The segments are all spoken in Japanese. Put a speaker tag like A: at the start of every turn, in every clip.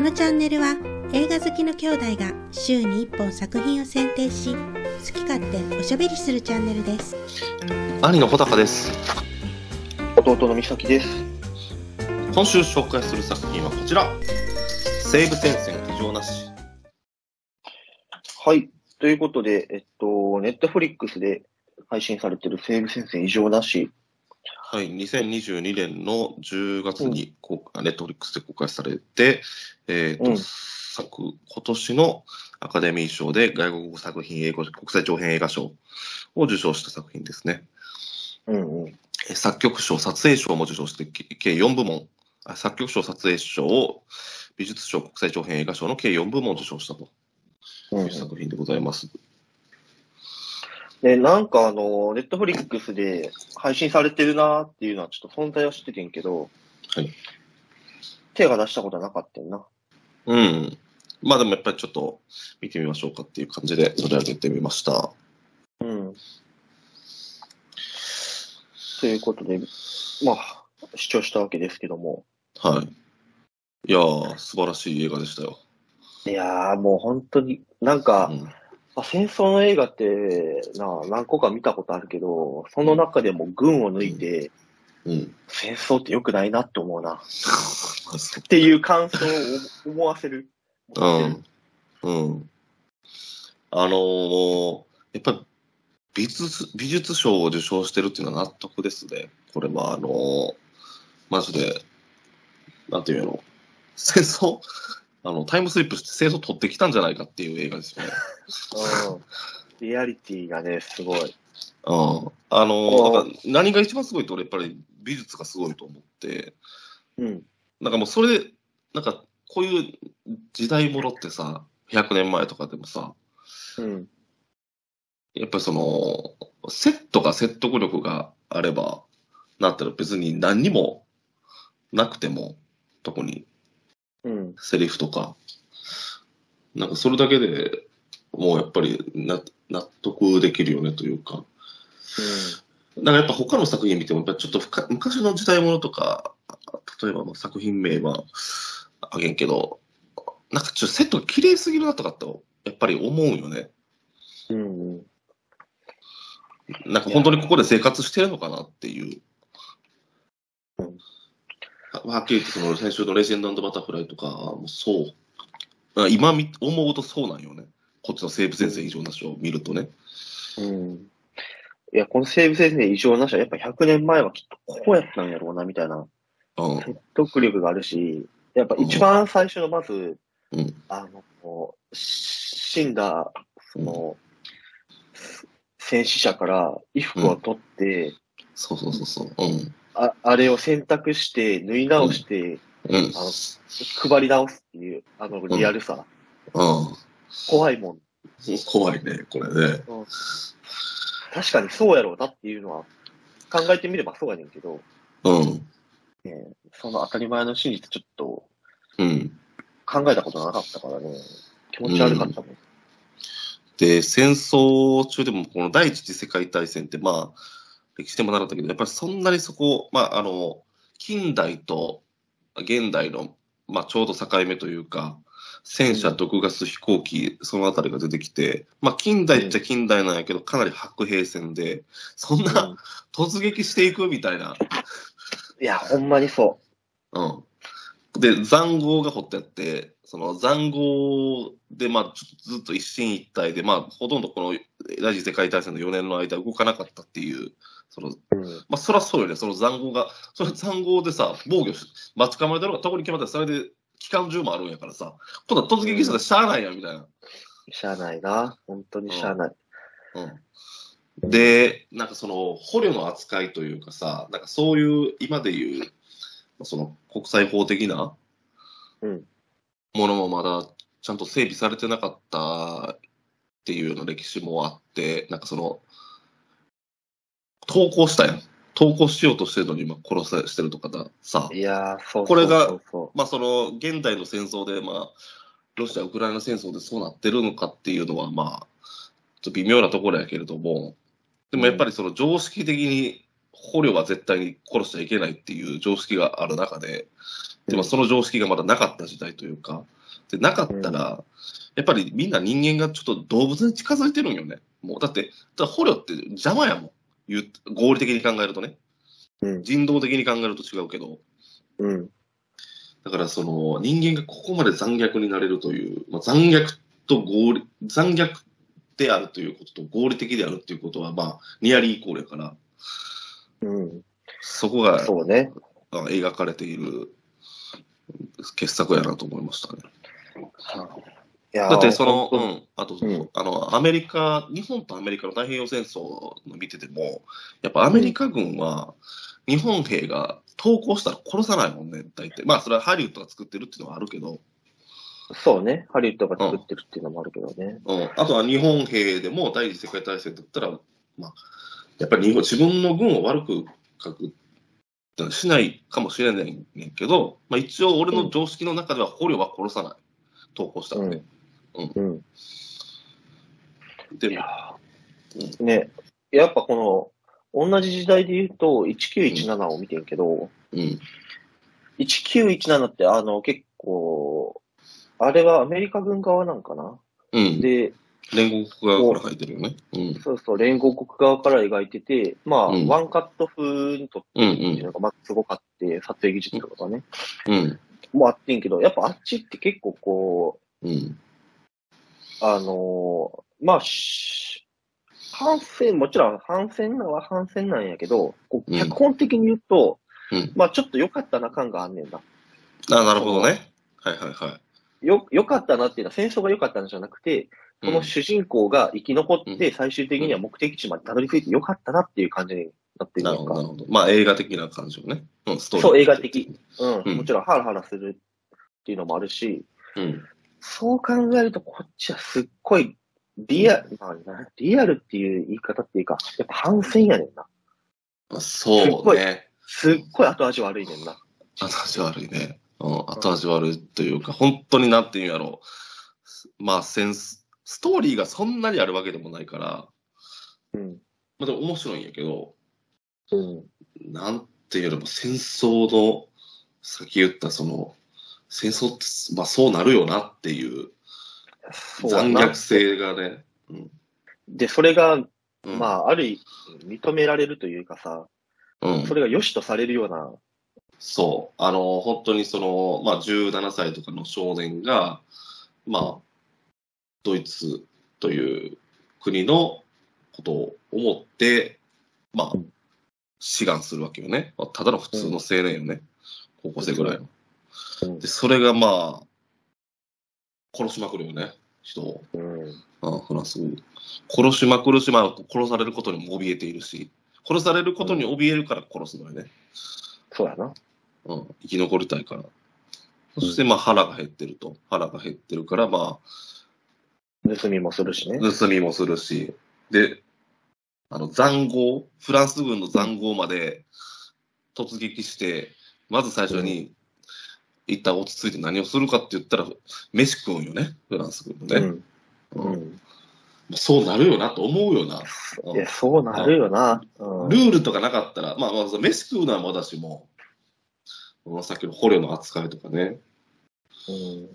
A: のチャンネルは映画好きの兄弟が週に1本作品を選定し好き勝手おしゃべりするチャンネルです
B: 兄の穂高です
C: 弟の美咲です。
B: 今週紹介する作品はこちら西武戦線異常なし
C: はい。ということで、えっと、ネットフリックスで配信されてる西武戦線異常なし。
B: はい2022年の10月に公開ネットフリックスで公開されて、えーと
C: うん
B: 作今年のアカデミー賞で外国語作品英語国際長編映画賞を受賞した作品ですね
C: うんうん。
B: えー作曲賞撮影賞も受賞して計計4部門あ作曲賞撮影賞を美術賞国際長編映画賞の計4部門を受賞したと
C: うんう
B: い
C: ん
B: う作品でございます、
C: で、なんかあの、ネットフリックスで配信されてるなーっていうのはちょっと存在は知っててんけど、
B: はい。
C: 手が出したことはなかったよな。
B: うん。まあでもやっぱりちょっと見てみましょうかっていう感じで取り上げてみました。
C: うん。ということで、まあ、視聴したわけですけども。
B: はい。いやー、素晴らしい映画でしたよ。
C: いやー、もう本当に、なんか、
B: うん
C: あ戦争の映画ってな何個か見たことあるけど、その中でも群を抜いて、
B: うん。
C: 戦争って良くないなって思うな。っ
B: そ
C: ていう感想を思わせる。
B: うん。うん。あのー、やっぱり美術、美術賞を受賞してるっていうのは納得ですね。これはあのー、マジで、なんていうの、 戦争、あの、タイムスリップして戦争取ってきたんじゃないかっていう映画ですね。
C: うん。リアリティがね、すごい。
B: うんあ
C: あ
B: の
C: ー
B: だから何が一番すごいって俺やっぱり美術がすごいと思って
C: うん。
B: なんかもうそれでなんかこういう時代ものってさ100年前とかでもさ
C: うん。
B: やっぱりそのセットが説得力があればなったら別に何にもなくても特に
C: うん。
B: セリフとかなんかそれだけでもうやっぱりな納得できるよねというかなんかやっぱ他の作品見ても、やっぱちょっとふか昔の時代物とか、例えばまあ作品名はあげんけど、なんかちょっとセットが綺麗すぎるなとかって、やっぱり思うよね。
C: うん。うん。
B: なんか本当にここで生活してるのかなっていう。
C: うん
B: はっきり言って、その先週のレジェンドバタフライとかもそう。あ今み思うとそうなんよね。こっちの西武先生以上な人を見るとね。
C: うん。いや、この西武先生異常なしは、やっぱ100年前はきっとこうやったんやろうな、みたいな。
B: うん。
C: 説得力があるし、やっぱ一番最初のまず、
B: うん
C: あの、し死んだ、その、戦死者から衣服を取って、
B: そうそうそうそう。うん。
C: あ、あれを洗濯して、縫い直して、
B: うん。
C: あ配り直すっていう、あの、リアルさ。
B: うん。
C: 怖いもん。
B: 怖いね、これね。
C: 確かにそうやろうなっていうのは、考えてみればそうやねんけど、
B: うん。
C: その当たり前の真実ちょっと
B: うん、
C: 考えたことなかったからね、気持ち悪かったもん。
B: で戦争中でもこの第一次世界大戦ってまあ歴史でもなかったけどやっぱりそんなにそこまああの近代と現代の、まあ、ちょうど境目というか戦車
C: うん
B: 毒ガス飛行機そのあたりが出てきて、まあ、近代っちゃ近代なんやけどかなり白兵戦でそん
C: う
B: なん突撃していくみたいな、
C: いや、ほんまにそう。
B: うん、で塹壕が掘ってあってその塹壕で、まあ、ちょっとずっと一進一退で、まあ、ほとんどこの第二次世界大戦の4年の間動かなかったっていうその、
C: うん
B: まあ、そりゃそうよねその塹壕がそれ塹壕でさ防御し待ち構えてるのが特に決まったらそれで機関銃もあるんやからさ今度は突撃したらしゃあないやんみたいな。
C: しゃあないな。本当にしゃあない。
B: うん、でなんかその捕虜の扱いというかさなんかそういう今でいうその国際法的な
C: うん
B: ものもまだちゃんと整備されてなかったっていうような歴史もあってなんかその投稿したやん投稿しようとしてるのに今殺さしてるとかださ
C: いやー、そうそうそうそう。
B: これが
C: そ
B: まあその現代の戦争でまあロシア・ウクライナ戦争でそうなってるのかっていうのはまあちょっと微妙なところやけれどもでもやっぱりその常識的に捕虜は絶対に殺しちゃいけないっていう常識がある中ででまあ、その常識がまだなかった時代というか、でなかったら、やっぱりみんな人間がちょっと動物に近づいてるんよね。もうだって、だから捕虜って邪魔やもん言う。合理的に考えるとね。
C: うん
B: 人道的に考えると違うけど。
C: うん。
B: だからその人間がここまで残虐になれるという、まあ、残虐と合理、残虐であるということと合理的であるということは、まあ、ニアリーイコールやから、
C: うん。
B: そこが
C: そうね。
B: あ描かれている傑作やなと思いましたね。
C: いやー
B: だってその、う
C: 本
B: ん、あと、
C: うん
B: あの、アメリカ、日本とアメリカの太平洋戦争を見てても、やっぱアメリカ軍は、日本兵が投降したら殺さないもんね、大体。まあ、それはハリウッドが作ってるっていうのはあるけど、
C: 当そうね。ハリウッドが作ってるっていうのもあるけどね。
B: うん、あとは日本兵でも第二次世界大戦だったら、まあ、やっぱり日本自分の軍を悪く書くってのはしないかもしれないねんけど、まあ、一応俺の常識の中では捕虜は殺さない。投降したらね。
C: うん。
B: で
C: いやーね、やっぱこの、同じ時代で言うと、1917を見てんけど、
B: うん。
C: 1917ってあの、結構、あれはアメリカ軍側なんかな
B: うん。
C: で、
B: 連合国側から書いてるよね。うん。
C: そうそう、連合国側から描いてて、まあ、
B: うん
C: ワンカット風に撮っ
B: うんう
C: てる
B: ん。
C: のがまずすごかって、撮影技術とかね、
B: うん。
C: もうあってんけど、やっぱあっちって結構こ
B: うん。
C: う、あのーまあ、し反戦、もちろん反戦なは反戦なんやけど、こう
B: うん
C: 脚本的に言うと、
B: うん。
C: まあちょっと良かったな感があんねんな。
B: あ、なるほどね。はいはいはい。
C: よ、良かったなっていうのは戦争が良かったんじゃなくて、この主人公が生き残って最終的には目的地までたどり着いて良かったなっていう感じになっ
B: う
C: て
B: ん
C: る
B: な
C: や
B: る
C: ん
B: ほど、なる
C: か。
B: ほど。まあ映画的な感じをね。うん、ストーリー。
C: そう、映画的。。
B: う
C: うんん。もちろんハラハラするっていうのもあるし、
B: うん。
C: そう考えるとこっちはすっごいリア、まあな、リアルっていう言い方っていうか、やっぱ反戦やねんな。
B: まあ
C: すっ
B: そう
C: ごい
B: ね。
C: すっごい後味悪いねんな。
B: 後味悪いね。うん、後味悪いというか、本当になんていうんやろう。まあ、センス、ストーリーがそんなにあるわけでもないから、
C: うん。
B: まあでも面白いんやけど、
C: うん。
B: なんていうよりも戦争の、さっき言ったその、戦争って、まあそうなるよなっていう
C: そうや
B: 残
C: な
B: 虐性がね、
C: で、それが、
B: うん
C: まあ、ある意味認められるというかさ、
B: うん
C: そ、れが良しとされるような、
B: そう、あの、本当にその、まあ、17歳とかの少年が、まあ、ドイツという国のことを思って、まあ
C: うん、
B: 志願するわけよね。まあただの普通の青年よね。高校生ぐらいの。
C: うん
B: で、それがまあ、殺しまくるよね、人を。
C: うん。
B: あフランス語殺しまくるし、まあ、殺されることにも怯えているし、殺されることに怯えるから殺すのよね。
C: そうやな。
B: うん、生き残りたいから。そして、まあ、腹が減ってると。腹が減ってるから、ま
C: 盗みもするしね。
B: あ、盗みもするし。で、あの、残壕、フランス軍の残壕まで突撃して、まず最初に、一旦落ち着いて何をするかって言ったら、飯食うんよね、フランス軍も
C: う
B: ね。
C: ん。
B: う
C: うんん。
B: そうなるよなと思うよな。
C: いや、そうなるよな。うん。
B: ルールとかなかったら、まあ、まあ、その飯食うのはまだしも、まあさっきの捕虜の扱いとかね。
C: うんい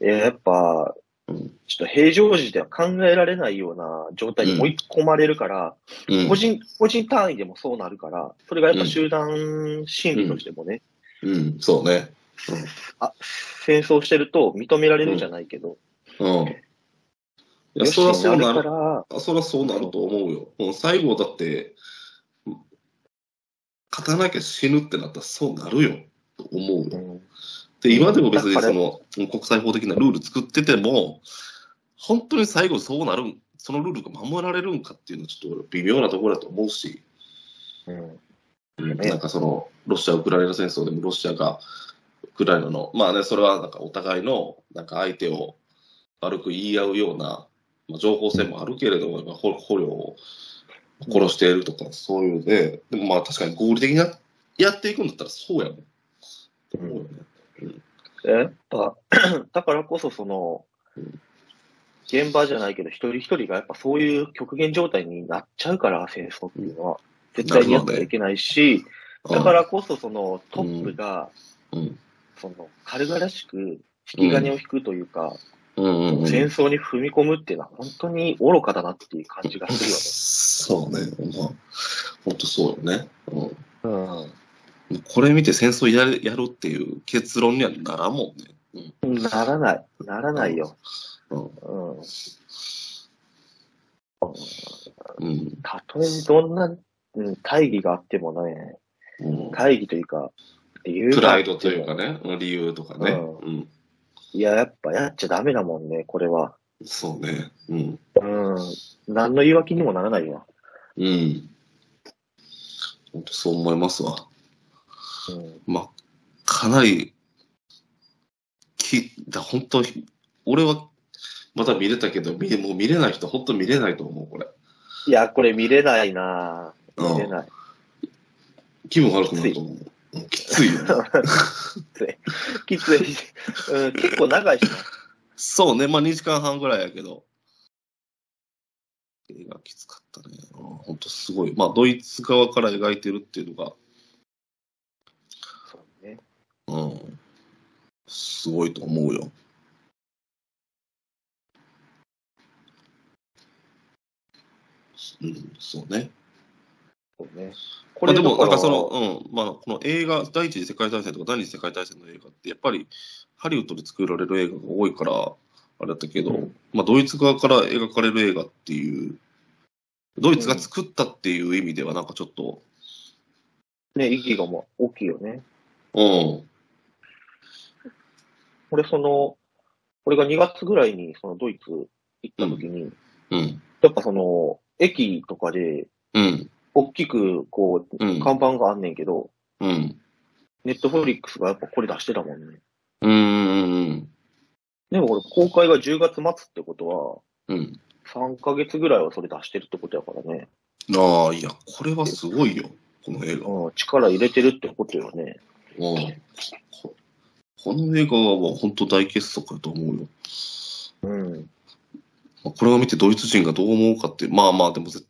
C: ややっぱ、
B: うん
C: ちょっと平常時では考えられないような状態に追い込まれるから、
B: うん
C: 個人、個人単位でもそうなるから、それがやっぱ集団心理としてもね、
B: うん、そうね。
C: あ、戦争してると認められるじゃないけど、
B: うん。いや、
C: 良し
B: そら
C: に
B: そうな
C: なるか
B: る。
C: ら、
B: そらそうなると思うよ。もう最後だって、勝たなきゃ死ぬってなったらそうなるよ。と思う
C: う
B: よ。
C: ん
B: で、今でも別に
C: だから
B: その国際法的なルール作ってても、本当に最後そうなるん、そのルールが守られるんかっていうのはちょっと俺微妙なところだと思うし。
C: うんね
B: なんかその、ロシア・ウクライナ戦争でもロシアがウクライナの、まあね、それはなんかお互いのなんか相手を悪く言い合うような、まあ、情報戦もあるけれども、まあ捕捕虜を殺しているとか、そういうので、でもまあ確かに合理的にややっていくんだったらそうやもん。と思うよね
C: やっぱ、 だからこそその
B: うん、
C: 現場じゃないけど、一人一人がやっぱそういう極限状態になっちゃうから、戦争っていうのは。絶対にやってはいけないし、だからこそそのトップが
B: うん。
C: その、軽々しく引き金を引くというか、
B: うんうんうん。
C: 戦争に踏み込むっていうのは本当に愚かだなっていう感じがす
B: そうね。まあ、ほんとそうよね。うん
C: るよね。
B: これ見て戦争やるやるっていう結論にはならんもんね。うん
C: うん。ならない。ならないよ。
B: うん
C: うん。
B: うん
C: たとえどんな、うん、大義があってもね、
B: うん
C: 大義というか、理由が
B: プライドというかね、うん理由とかね。
C: うん
B: うん
C: いや、やっぱやっちゃダメだもんね、これは。
B: そうね。うん。
C: うん。何の言い訳にもならないよ。
B: うん。本当そう思いますわ。
C: うん。
B: まあ、かなり、きだ本当に、俺はまだ見れたけど、見もう見れない人、本当見れないと思う、これ。
C: いや、これ見れないな
B: うん
C: 見れない。
B: 気分悪くなると思う。うんきついよね。
C: きつい。うん、結構長いしな。
B: そうね、まあ2時間半ぐらいやけど。映画きつかったね。うんほんとすごい。まあドイツ側から描いてるっていうのが、
C: そうね。
B: うん、すごいと思うよ。うん、そうね。
C: そうね。こ
B: まあ、で
C: だ
B: も、
C: か
B: な
C: ら
B: んかその、うん、まあ、この映画、第一次世界大戦とか第二次世界大戦の映画って、やっぱり、ハリウッドで作られる映画が多いから、あれだったけど、
C: うん
B: まあ、ドイツ側から描かれる映画っていう、ドイツが作ったっていう意味では、なんかちょっと、
C: ね、意義がもう大きいよね。
B: うん、
C: 俺、その、俺が2月ぐらいに、そのドイツ行った時に、
B: うん、
C: やっぱその、駅とかで、
B: うん、
C: 大きく、こう、
B: うん、
C: 看板があんねんけど、
B: うん、
C: ネットフリックスがやっぱこれ出してたもんね。
B: うん、うん、
C: でもこれ公開が10月末ってこと
B: うん。
C: は、3ヶ月ぐらいはそれ出してるってことやからね。
B: ああ、いや、これはすごいよ、この映画。
C: うん、力入れてるってことよね。
B: うんここの映画はもう本当大傑作だと思うよ。
C: うん。
B: まあこれを見てドイツ人がどう思うかって、まあまあ、でもぜ、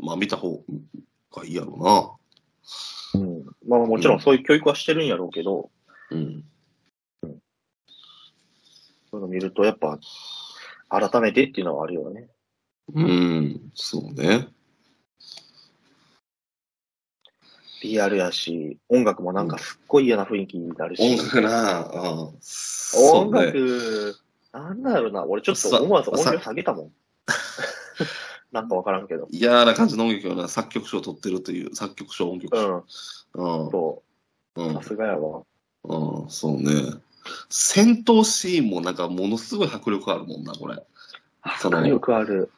B: まあ見た方がいいやろ
C: うん。まあもちろんそういう教育はしてるんやろうけど、
B: うな。うん。
C: そういうの見るとやっぱ、改めてっていうのはあるよね。
B: うん、そうね。
C: リアルやし、音楽もなんかすっごい嫌な雰囲気になるし。
B: 音楽なああそ
C: 音
B: う
C: 楽、
B: ね。
C: なんだろうな、俺ちょっと思わず音量下げたもん。 なんかわからんけど。
B: 嫌な感じの音楽よな、作曲賞を取ってるという、作曲賞、音曲
C: う
B: 賞。
C: ん、
B: うん。
C: そ
B: うん
C: う、さすがやわ。
B: うん、そうね。戦闘シーンもなんかものすごい迫力あるもんな、これ。その
C: 迫力ある。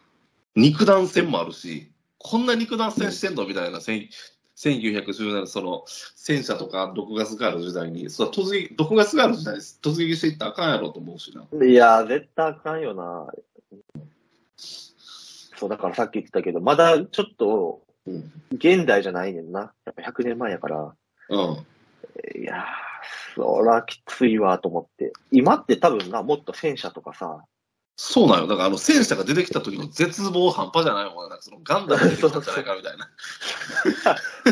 B: 肉弾戦もあるし、こんな肉弾戦してんのみたいな、せん1917年、その戦車とか毒ガスがある時代に、そう突撃毒ガスがある時代に突撃していったらあかんやろと思うしな。
C: いやー、絶対あかんよな。そう、だからさっき言ってたけど、まだちょっと、
B: うん。
C: 現代じゃないねんな。やっぱ100年前やから。
B: うん。
C: いやー、そらきついわと思って。今って多分な、もっと戦車とかさ、
B: そうなのよ。だからあの戦車が出てきた時の絶望半端じゃないもんね。なんかそのガンダムが出てきたんじゃないかみたい な。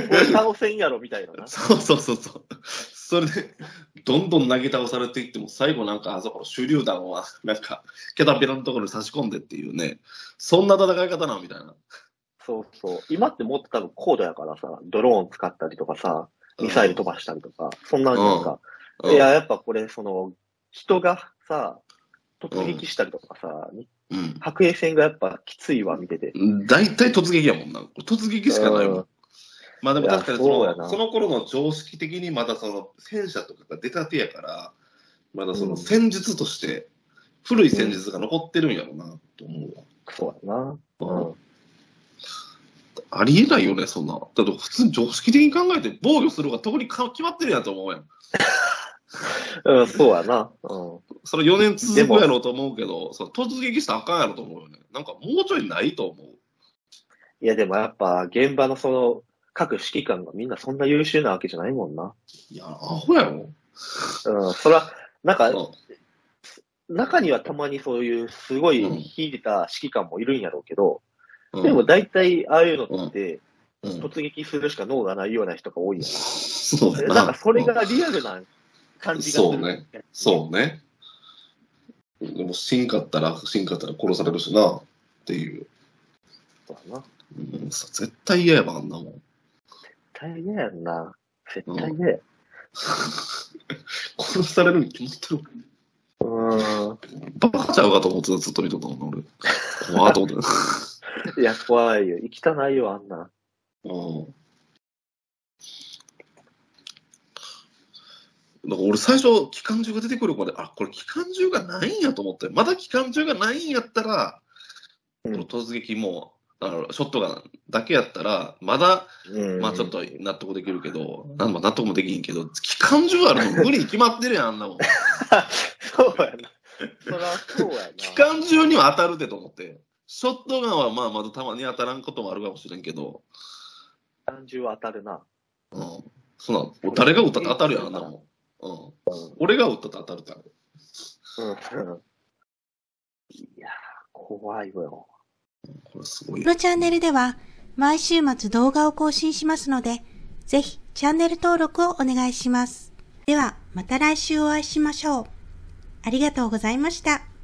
C: これ倒せんやろみたいなな。
B: そうそうそうそう。それで、どんどん投げ倒されていっても、最後なんか、あそこの手榴弾は、なんか、ケタペラのところに差し込んでっていうね、そんな戦い方な、みたいな。
C: そうそう。今ってもっと多分高度やからさ、ドローン使ったりとかさ、ミサイル飛ばしたりとか、そんなんじゃんか。
B: うん
C: いや、やっぱこれ、その、人がさ、突撃したりとかさ、
B: うん。
C: 白衛戦がやっぱきついわ、見てて。
B: 大体突撃やもんな。突撃しかないもん。
C: うん
B: まあでも確かにそ
C: いやそうや
B: の
C: な
B: その頃の常識的にまだその戦車とかが出たてやから、まだそうの
C: ん
B: 戦術として、古い戦術が残ってるんやろうなと思
C: そうやな。
B: う
C: う
B: わ、
C: ん。
B: ありえないよね、そんな。だって普通に常識的に考えて防御する方が特にか決まってるやんと思うやん。
C: うん、そうやな。うん。
B: それ4年続くやろうと思うけど、その突撃したらあかんやろと思うよね。なんかもうちょいないと思う。
C: いや、でもやっぱ、現場のその、各指揮官がみんなそんな優秀なわけじゃないもんな。
B: いや、アホやろ。
C: うん、そら、なんか、
B: うん
C: 中にはたまにそういうすごい
B: うん
C: 引いてた指揮官もいるんやろうけど、
B: うん
C: でも大体ああいうのって、
B: うん
C: 突撃するしか脳がないような人が多いやん
B: そうや
C: なんかそれがリアルな感じが
B: そうね。そうね。でも死んかったら、死んかったら殺されるしな、っていう。
C: う。そうだな。
B: うん、さ絶対嫌やわ、あんなもん。
C: 大変やんな。絶対ね。
B: 殺されるに決まってる。
C: うん。
B: バカちゃうかと思ってたずっと見とったもんな、俺。怖いと思ってた。
C: いや、怖いよ。生きたないよ、あんな。
B: うんなんか俺最初、機関銃が出てくるまで、あ、これ機関銃がないんやと思って、まだ機関銃がないんやったら、
C: うん
B: この突撃も、あのショットガンだけやったら、まだ、
C: うん
B: まあちょっと納得できるけど、なんまあ納得もできへんけど、機関銃あるの無理に決まってるやん、あんなも ん。
C: そうやな。そらそうやな。
B: 機関銃には当たるでと思って、ショットガンはまあまだたまに当たらんこともあるかもしれんけど、
C: 単銃は当たるな。
B: うんそんな、もう誰が打ったって当たるやん、あんなもん。うん、俺が打ったら当たるから。
C: うん。いやー、怖いわよ。
B: これすごい
A: こ。のチャンネルでは毎週末動画を更新しますので、ぜひチャンネル登録をお願いします。ではまた来週お会いしましょう。ありがとうございました。